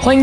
欢迎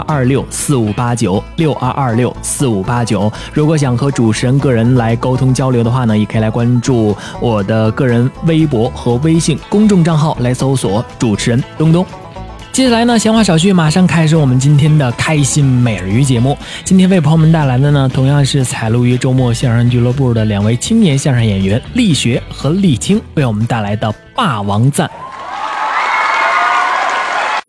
二六四五八九六二二六四五八九。如果想和主持人个人来沟通交流的话呢，也可以来关注我的个人微博和微信公众账号来搜索主持人东东。接下来呢，闲话少叙，马上开始我们今天的开心美人鱼节目。今天为朋友们带来的呢，同样是采录于周末相声俱乐部的两位青年相声演员力学和力清为我们带来的《霸王赞》。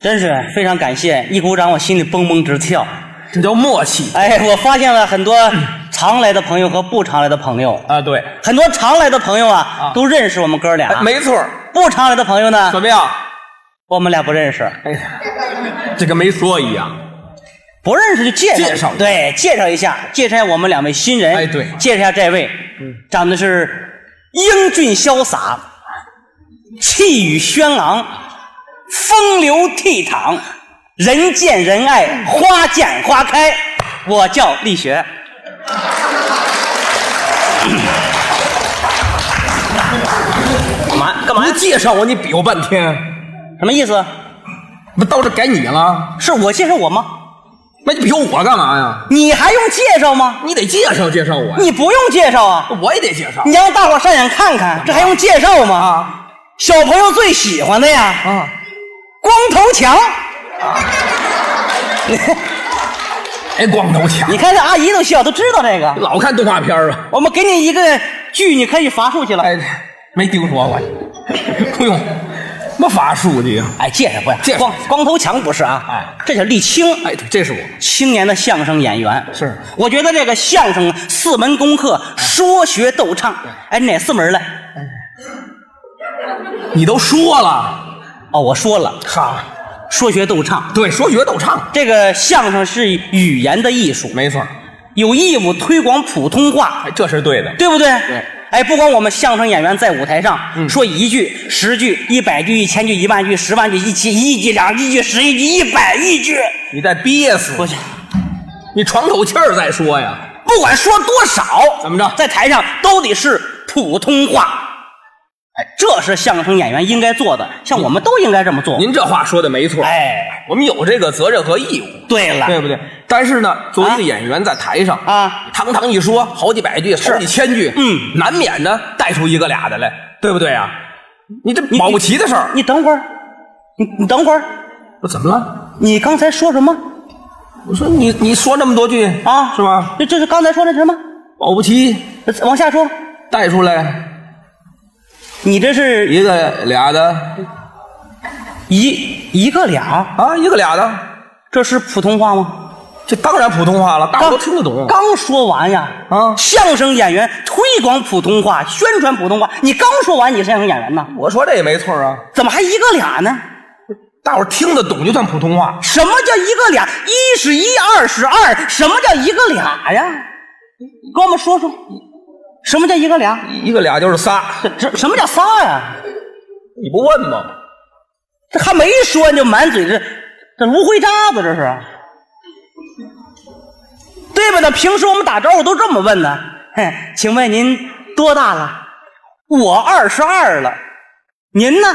真是非常感谢，一鼓掌我心里蹦蹦直跳。这叫默契哎，我发现了很多常来的朋友和不常来的朋友，啊！对，很多常来的朋友啊都认识我们哥俩，没错儿，不常来的朋友呢怎，么样？我们俩不认识，哎呀，这跟没说一样。不认识就介绍介绍一下对，介绍一下，介绍一下我们两位新人。哎对嗯介绍一下这位，长得是英俊潇洒，气宇轩昂，风流倜傥，人见人爱，花见花开。我叫力学。干嘛？干嘛你？介绍我，你比划半天，什么意思？不到这该你了？是我介绍我吗？那你比划我干嘛呀？你还用介绍吗？你得介绍介绍我呀，你不用介绍啊。我也得介绍你让大伙上眼看看，这还用介绍吗？啊小朋友最喜欢的呀，啊！光头强。哎，光头强你，看这阿姨都笑，都知道这个。老看动画片儿啊。我们给你一个剧，你可以伐树去了。哎，没听说 过，不用，什么法术的呀？哎，介绍不是介绍光光头强不是啊，哎这叫沥青，哎，对，这是我。青年的相声演员。是我觉得这个相声四门功课，说学逗唱，哎，哪四门来？你都说了，哦，我说了，哈，说学逗唱，对，说学逗唱，这个相声是语言的艺术，没错儿，有义务推广普通话，哎，这是对的。对不对？对。嗯哎，不光我们相声演员在舞台上、说一句、十句、一百句、一千句、一万句、十万句、一千、一亿句、两亿句、十亿句、一百亿句，你再憋死不，去，你喘口气儿再说呀。不管说多少，怎么着在台上都得是普通话。哎，这是相声演员应该做的，像我们都应该这么做。您这话说的没错，，哎，我们有这个责任和义务，对了，对不对？但是呢，作为一个演员在台上啊，堂堂一说好几百句，好几千句，嗯，难免呢带出一个俩的来，对不对啊？你这保不齐的事儿，你等会儿，你你等会儿，我怎么了？你刚才说什么我说你你说那么多句啊？是吧？？这这是刚才说的什么？保不齐呃往下说，带出来你这是一个俩的一一个俩。啊，一个俩的，这是普通话吗？这当然普通话了，大刚伙都听得懂。刚说完呀，啊相声演员推广普通话，宣传普通话。你刚说完，你是相声演员呢？我说这也没错啊，怎么还一个俩呢？大伙儿听得懂就算普通话。什么叫一个俩？一是一，二是二，什么叫一个俩呀？给我们说说，什么叫一个俩？一个俩就是仨，这这什么叫仨呀？你不问吗？这还没说你就满嘴这这芦灰渣子，这是，对对吧？那平时我们打招呼都这么问呢。哼，请问您多大了？我二十二了。您呢？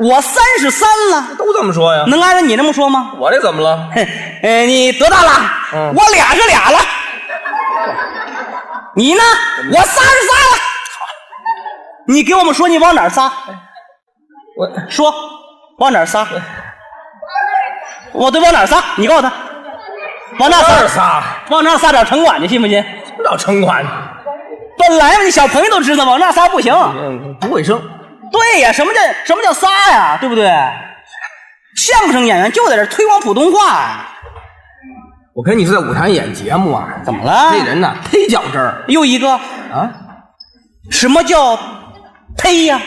我三十三了。都这么说呀？能按照你那么说吗？我这怎 么了？哼，呃，你多大了？嗯我俩是俩了。你呢？我仨是仨了。你给我们说你往哪儿仨？我说，往哪儿仨？我对，往哪儿仨？你告诉他，往那二仨，仨，往那仨点城管去，信不信？老城管，本来嘛，你小朋友都知道，往那仨不行。嗯，不卫生。对呀，什么叫什么叫仨呀？对不对？相声演员就在这儿推广普通话呀。我跟你说，在舞台上演节目啊，怎么了这人呐，忒较真儿又一个，啊！什么叫呸呀？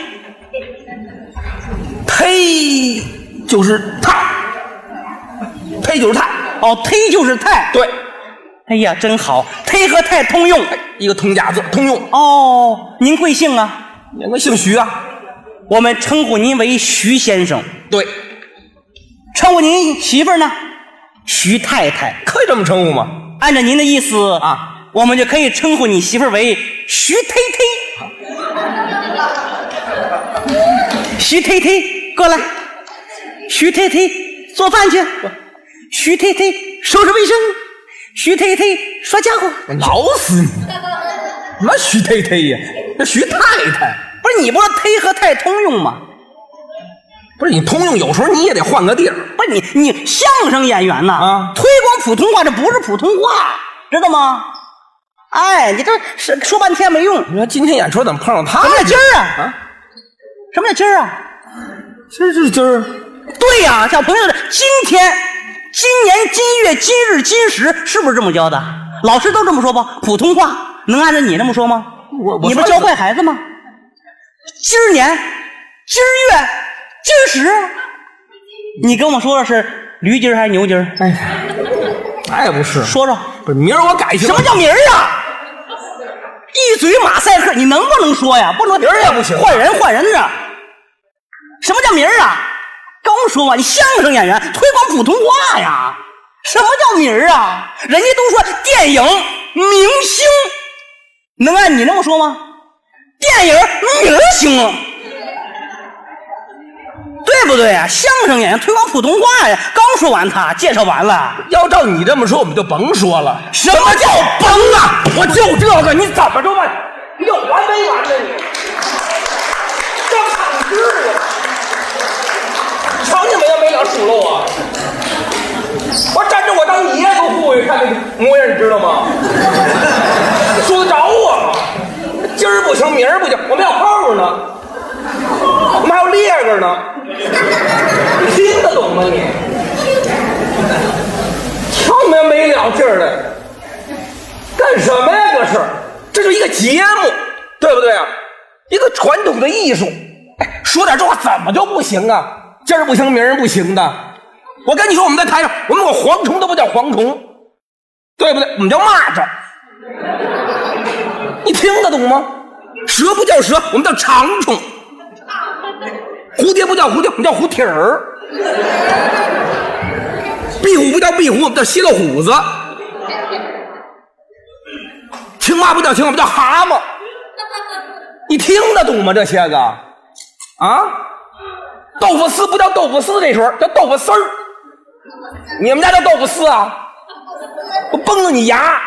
呸，就是他，呸就是他，哦，忒就是太。对，哎呀，真好，忒和太通用。一个通假字，通用。哦，您贵姓啊？两个姓徐啊，我们称呼您为徐先生，对，称呼您媳妇儿呢，徐太太。可以这么称呼吗？按照您的意思啊，我们就可以称呼你媳妇儿为徐忒忒。徐忒忒，过来。徐忒忒，做饭去。徐忒忒，收拾卫生。徐忒忒，刷家伙。老死你！什么徐忒忒呀？那徐太太不是你不说忒和太通用吗？不是你通用，有时候你也得换个地儿。不是你你相声演员呐啊推广普通话这不是普通话，知道吗？哎，你这是说半天没用。你说今天演出怎么碰上他什么叫了？今儿啊？啊，什么叫今儿啊？今儿就是今儿，对呀、小朋友，今天、今年、今月、今日、今时，是不是这么教的？老师都这么说吧？普通话能按照你那么说吗？我我你不是教坏孩子吗？今儿年、今儿月、今时，你跟我说的是驴今儿还是牛今儿？哎那哎也不是，说说不是明儿我改行。什么叫名儿啊？一嘴马赛克，你能不能说呀？不能名儿也不行啊换人换人呢。什么叫名儿啊？跟我说嘛，你相声演员推广普通话呀？什么叫名儿啊？人家都说电影明星，能按你那么说吗？电影明星，对不对啊？相声演员推广普通话呀，刚说完他介绍完了。要照你这么说，我们就甭说了。什么叫甭啊！我就这个，你怎么着吧？你有完没完呢？你当场治啊！瞧你没完没了数落我，我站着我当爷都护卫，看这模样，你知道吗？说得着我吗？今儿不行，明儿不行，我们还有后呢，我们还有列个呢，你听得懂吗你？瞧你们没了劲儿的，干什么呀？这是，这就一个节目，对不对啊？一个传统的艺术，哎说点这话怎么就不行啊？今儿不行，明儿不行的。我跟你说，我们在台上，我们管蝗虫都不叫蝗虫，对不对？我们叫蚂蚱。你听得懂吗？蛇不叫蛇，我们叫长虫。蝴蝶不叫蝴蝶，我们叫蝴蝶儿。壁虎不叫壁虎，我们叫稀了虎子；青蛙不叫青蛙，我们叫蛤蟆。你听得懂吗？这些个啊，豆腐丝不叫豆腐丝，这时候叫豆腐丝儿。你们家叫豆腐丝啊？我崩了你牙！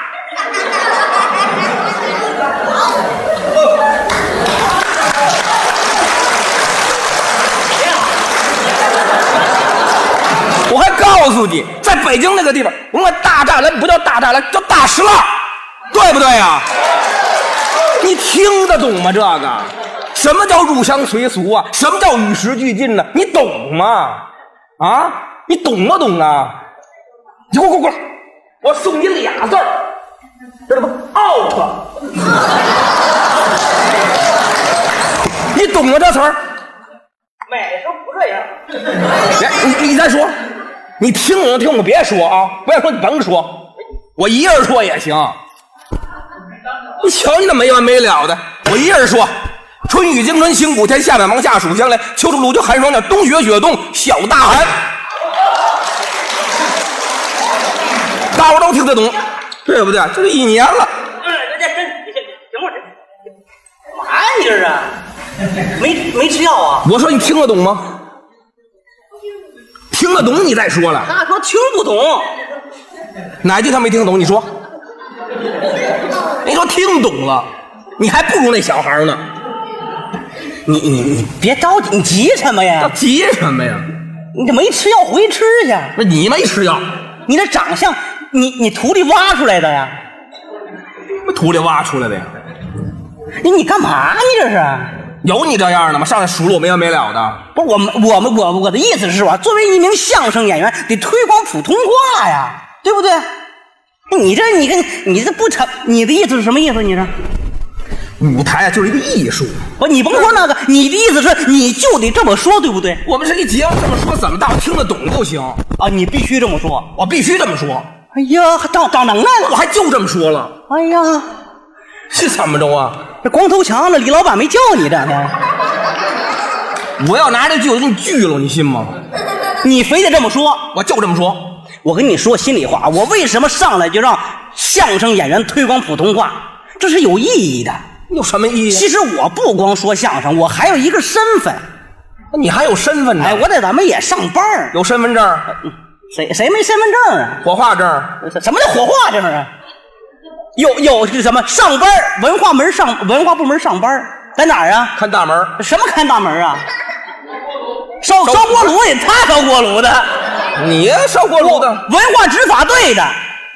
我还告诉你，在北京那个地方，我们管大栅栏不叫大栅栏，叫大石栏，对不对呀、你听得懂吗？这个什么叫入乡随俗啊？什么叫与时俱进呢、你懂吗？啊，你懂不懂啊？你给我过来，我送你俩字儿，知道吗？out。你懂吗这词儿？别，哎你你再说，你听我就听我别说啊，不要说你甭说，我一人说也行。你瞧你那没完没了的，我一人说。春雨惊春星谷天，夏满芒夏暑相连，秋处露秋寒霜降，冬雪雪冻小大寒。大伙儿都听得懂，对不对？这都一年了，嗯，这这这，行吧，这嘛呀你这是？没没吃药啊？我说你听得懂吗？听得懂你再说了，那说听不懂，哪一句他没听懂？你说，你说听懂了，你还不如那小孩呢，你你你别着急，你急什么那呀？急什么呀？你这没吃药回吃去，那你没吃药，你这长相，你你徒弟挖出来的呀？那土里挖出来的呀？你你干嘛？你这是？有你这样的吗？上来数落我没完没了的，不是我们我们我我的意思是说，作为一名相声演员，得推广普通话呀，对不对？你这你跟你这不成，你的意思是什么意思？你这舞台啊就是一个艺术，不，你甭说那个，你的意思是你就得这么说，对不对？我们是一节目，这么说怎么大伙听得懂就行，啊，你必须这么说。我必须这么说，哎呀，还长长能耐我了。还就这么说了，哎呀，是怎么着啊？这光头强，那李老板没叫你这，我要拿这句我就给你拒了，你信吗？你非得这么说。我就这么说，我跟你说心里话，我为什么上来就让相声演员推广普通话？这是有意义的。有什么意义其？实我不光说相声，我还有一个身份。你还有身份呢？哎，我在咱们也上班儿有身份证儿、谁谁没身份证啊？火化证儿，什么叫火化这是？有有这什么上班儿文化门上文化部门上班儿在哪儿啊？看大门儿。什么看大门啊？烧烧锅炉也他烧锅炉的，你烧锅炉的，文化执法队的，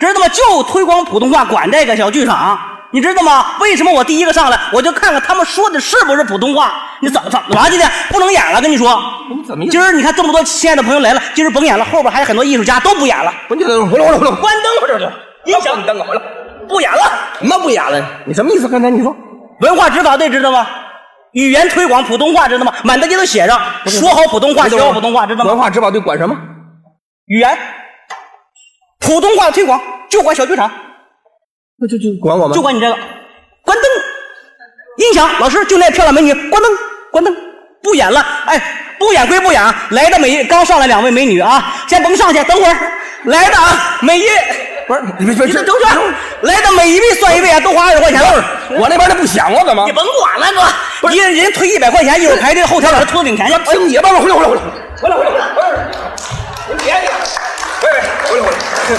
知道吗？就推广普通话，管这个小剧场，你知道吗？为什么我第一个上来，我就看看他们说的是不是普通话？你怎么怎么了？今天不能演了，跟你说。你怎么意思今儿你看这么多亲爱的朋友来了，今儿甭演了，后边还有很多艺术家都不演了，我你回来回来回来，关灯了回来回来，音响你等我回来，不演了。什么不雅了？你什么意思？刚才你说文化执法队知道吗？语言推广普通话知道吗？满大街都写上说好普通话，学好普通话知道文吗？化执法队管什么？语言普通话推广就管小剧场，就就就管我们，就管你这个，关灯，音响老师就那漂亮美女，关灯，关灯，不演了，哎，不演归不演，啊，来的美刚上来两位美女啊，先甭上去，等会儿来的啊，每一。不是你别别你别这，等等，来的每一位算一位啊，都花二十块钱了。我那边的不响我干嘛你？甭管了，哥，一人人退一百块钱，一会儿排队后台老师拖饼钱去。哎听你，帮我回来回来回来回来回来回来回来，你别你，回来回来回来。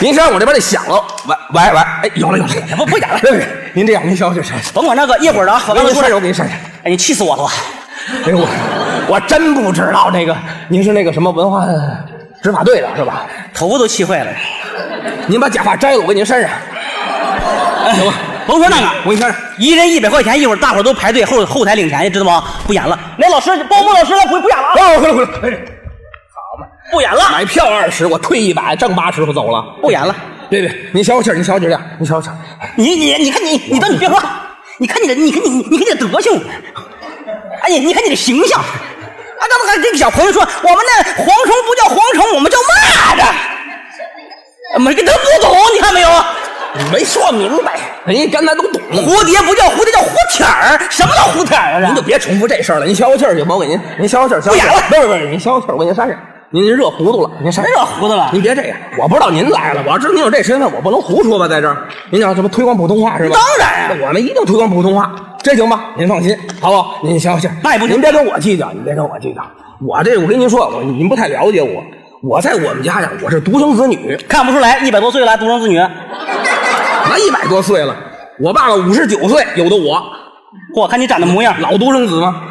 您先让我这边得响了，喂喂喂，哎，有了有了，不不演了别别别您这样，您消消消消。甭管那个，一会儿的啊，我我跟跟你您说说，我给您上去。哎，你气死我了！哎呦我，我真不知道那个您是那个什么文化执法队的是吧？头发都气坏了。您把假发摘了，我给您扇上。行吧，哎甭说那个，我给你扇上。一人一百块钱，一会儿大伙儿都排队后后台领钱去，知道吗？不演了，那老师包包老师了，不不演了啊，哦，回来回来，哎，不演了，买票二十，我退一百，挣八十，我走了。不演了。别别，您消消气儿，您消消气儿，您消消气儿。你你你看你你倒你别说，你看你这你看你你看你这德行，哎呀，你看你这形象，啊，刚才这个小朋友说我们那蝗虫不叫蝗虫，我们叫蚂蚱，没跟他不懂，你看没有？你没说明白，人家哎刚才都懂了。蝴蝶不叫蝴蝶，叫蝴蝶儿，什么叫蝴蝶儿啊？您就别重复这事儿了，您消消气儿去吧，我给您，您消消气儿，消消不气演了儿。不是不是，您消消气儿，我给您扇扇。您热糊涂了，您扇扇。谁惹糊涂了您别这样，我不知道您来了，我要知道您有这身份，我不能胡说吧，在这儿。您想什么推广普通话是吧？当然啊那我们一定推广普通话，这行吧？您放心，好不好？您消消气儿。那也不行您别跟我计较，您别跟我计较。我这我跟您说，我您不太了解我，我在我们家呀，我是独生子女，看不出来，一百多岁了，独生子女。我一百多岁了，我爸爸五十九岁，有的我。我看你长那模样，老独生子嘛，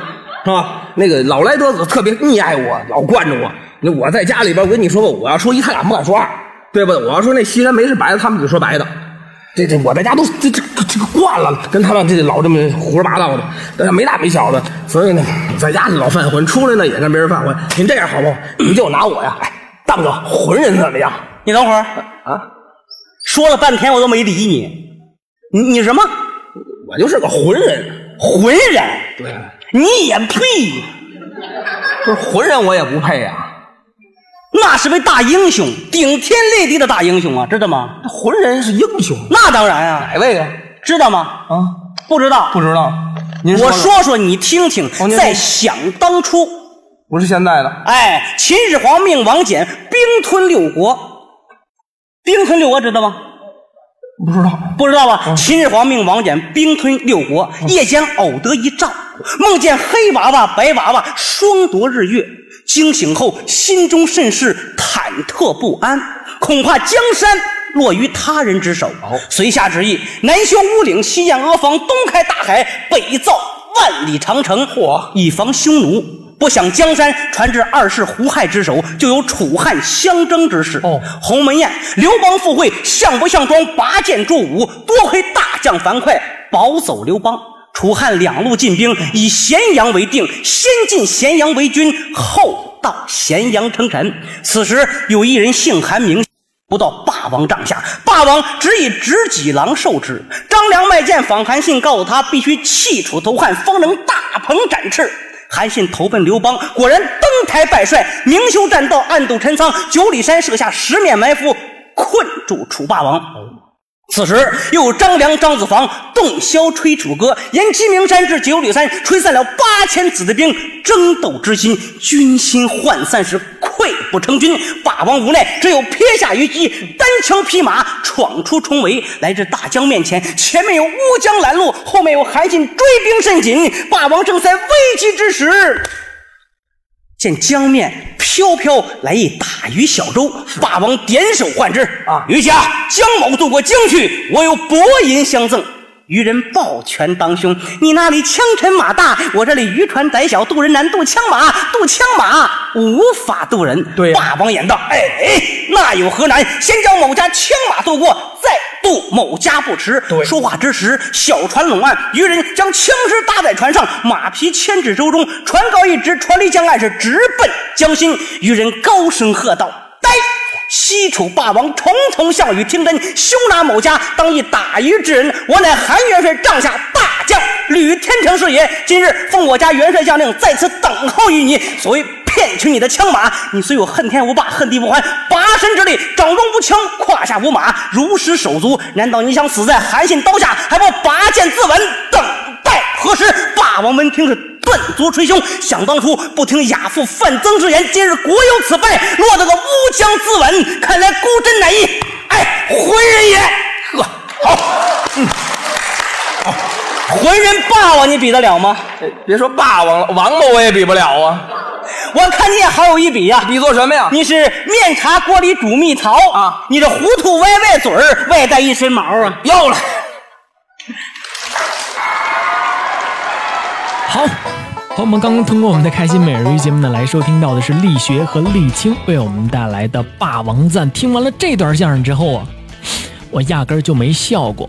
是吧？那个老来得子特别溺爱我，老惯着我。那我在家里边，我跟你说吧，我要说一，他俩不敢说二，对吧？我要说那西山梅是白的，他们就说白的。这这，我在家都这这这这惯了，跟他们这老这么胡说八道的，但是没大没小的，所以呢，在家是老犯浑，出来呢也跟别人犯浑。您这样好不好？您就拿我呀，哎，当个浑人怎么样？你等会儿啊，说了半天我都没理你，你你什么我就是个浑人，浑人？对，你也配，不是浑人我也不配呀、那是位大英雄，顶天立地的大英雄啊，知道吗？浑人是英雄，那当然啊，哪位啊？知道吗？啊，不知道，不知道。您我了说说你听听您，说在想当初。不是现在的，哎，秦始皇命王翦兵吞六国，兵吞六国知道吗？不知道，嗯不知道吧？秦始皇命王翦兵吞六国，夜间偶得一兆，梦见黑娃娃、白娃娃双夺日月，惊醒后心中甚是忐忑不安，恐怕江山落于他人之手。随下旨意，南修乌岭，西建阿房，东开大海，北造万里长城，以防匈奴。不想江山传至二世胡亥之手，就有楚汉相争之势。哦鸿门宴，刘邦赴会，项不项庄拔剑助武，多亏大将樊哙保走刘邦。楚汉两路进兵，以咸阳为定，先进咸阳为君，后到咸阳称臣。此时有一人姓韩名。不到霸王帐下，霸王只以执戟郎受之。张良卖剑访韩信，告诉他必须弃楚投汉，方能大鹏展翅。韩信投奔刘邦，果然登台拜帅，明修栈道，暗度陈仓，九里山设下十面埋伏，困住楚霸王。此时又有张良、张子房洞箫吹楚歌，沿鸡鸣山至九里山，吹散了八千子弟兵争斗之心，军心涣散，是溃不成军。霸王无奈，只有撇下虞姬，单枪匹马闯出重围，来至大江面前，前面有乌江拦路，后面有韩信追兵甚紧。霸王正在危机之时，见江面飘飘来一大鱼小舟，霸王点手唤之啊余家，江某渡过京去，我有薄银相赠。渔人抱拳当胸，你那里枪沉马大，我这里渔船窄小，渡人难渡枪马，渡枪马无法渡人。对呀霸王眼道，哎，那有何难？先将某家枪马渡过，再渡某家不迟。对说话之时，小船拢岸，渔人将枪支搭在船上，马匹牵至舟中，船高一直，船离江岸是直奔江心。渔人高声喝道：“呆！”西楚霸王重重项羽听真，休拿某家当一打鱼之人。我乃韩元帅帐下大将吕天成是也。今日奉我家元帅将令，在此等候于你。所谓骗取你的枪马，你虽有恨天无霸、恨地不还、拔身之力，掌中无枪，胯下无马，如失手足。难道你想死在韩信刀下，还不拔剑自刎？等待何时？霸王闻听是顿足捶胸，想当初不听亚父范增之言，今日果有此败，落得个乌江自刎。看来孤身难移，哎，浑人也。呵，好，嗯，好浑人霸王你比得了吗？哎别说霸王了，王八我也比不了啊！我看你也好有一比呀、比作什么呀？你是面茶锅里煮蜜桃啊你这糊涂歪歪嘴儿，外带一身毛啊！要了，好，朋友们，刚刚通过我们的开心美人鱼节目呢，来收听到的是力学和沥青为我们带来的《霸王赞》。听完了这段相声之后啊，我压根儿就没笑过。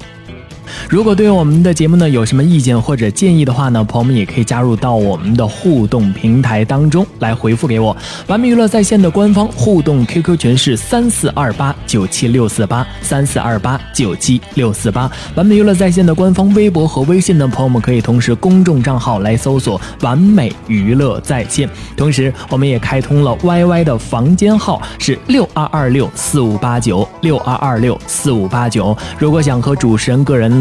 如果对我们的节目呢有什么意见或者建议的话呢，朋友们也可以加入到我们的互动平台当中来回复给我。完美娱乐在线的官方互动 QQ 群是三四二八九七六四八三四二八九七六四八。完美娱乐在线的官方微博和微信呢，朋友们可以同时公众账号来搜索“完美娱乐在线”。同时，我们也开通了 YY 的房间号是六二二六四五八九六二二六四五八九。如果想和主持人个人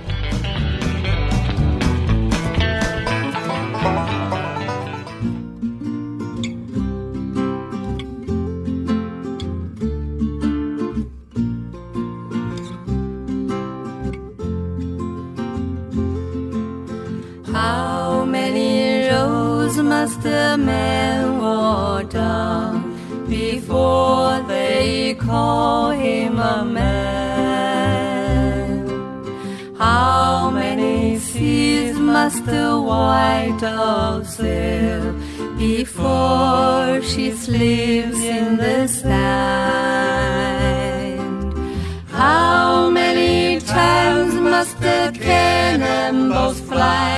How many roads must a man walk down before they call him a man? How many seas must a white dove sail before she sleeps in the sand? How many times must the cannonballs fly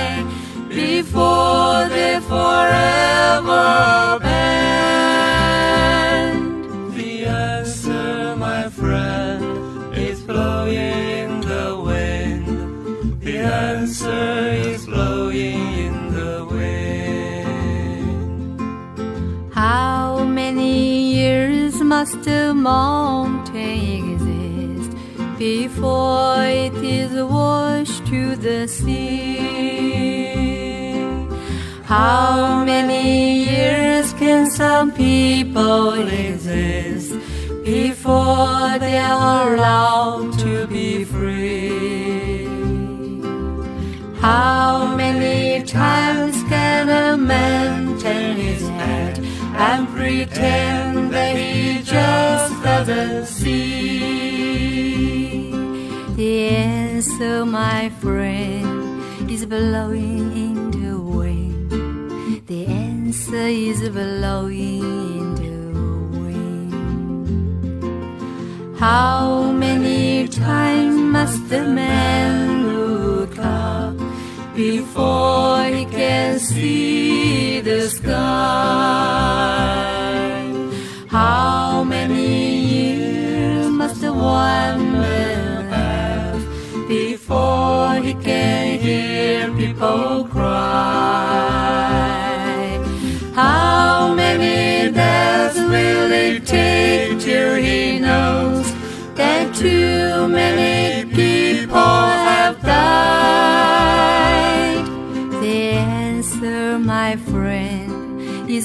before they're forever banned? The answer, my friend, is blowing in the wind. The answer is blowing in the wind. How many years must a mountain exist before it is washed to the sea. How many years can some people exist before they are allowed to be free? How many times can a man turn his head and pretend that he just doesn't see? The answer, my friend, is blowing in the wind. The answer is blowing in the wind. How many times must the man look up before he can see the sky? How many years must the one man have before he can hear people cry? How many deaths will it take till he knows that too many people have died? The answer, my friend, is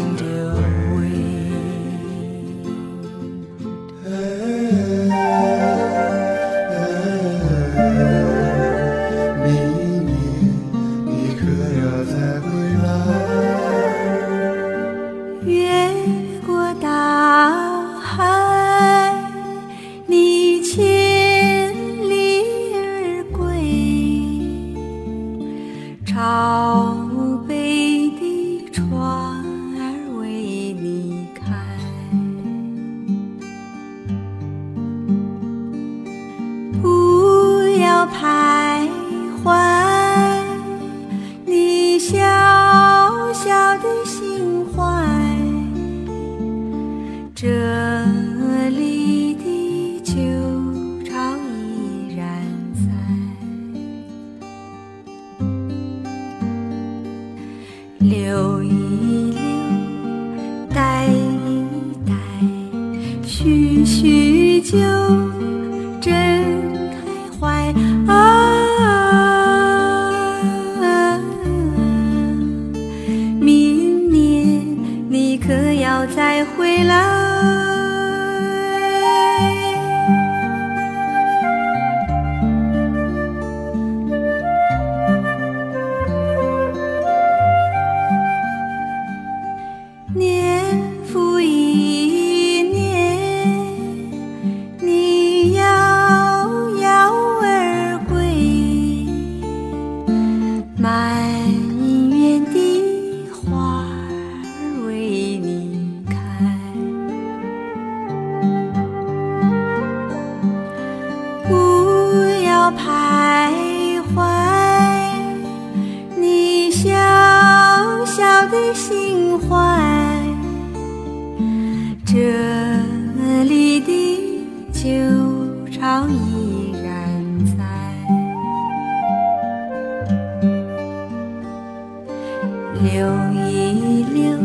in the wind.朝北的窗儿为你开，不要徘徊，你小小的心怀，这里的旧巢依然在。留一留，待一待，叙叙旧，真开怀啊！明年你可要再回来。年复一年，你遥遥而归。满园的花儿为你开，不要徘徊。你小小的心怀，这里的旧巢依然在。留一留，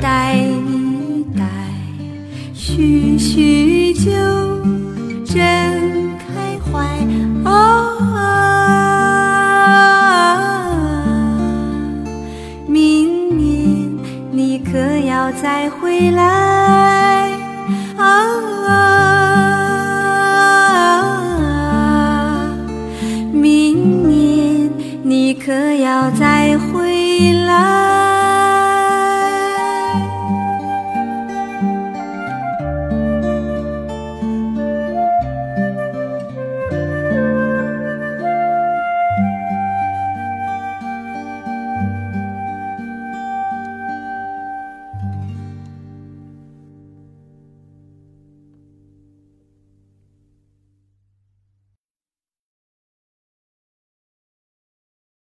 待一待，叙叙旧，真开怀啊！明年你可要再回来。啊啊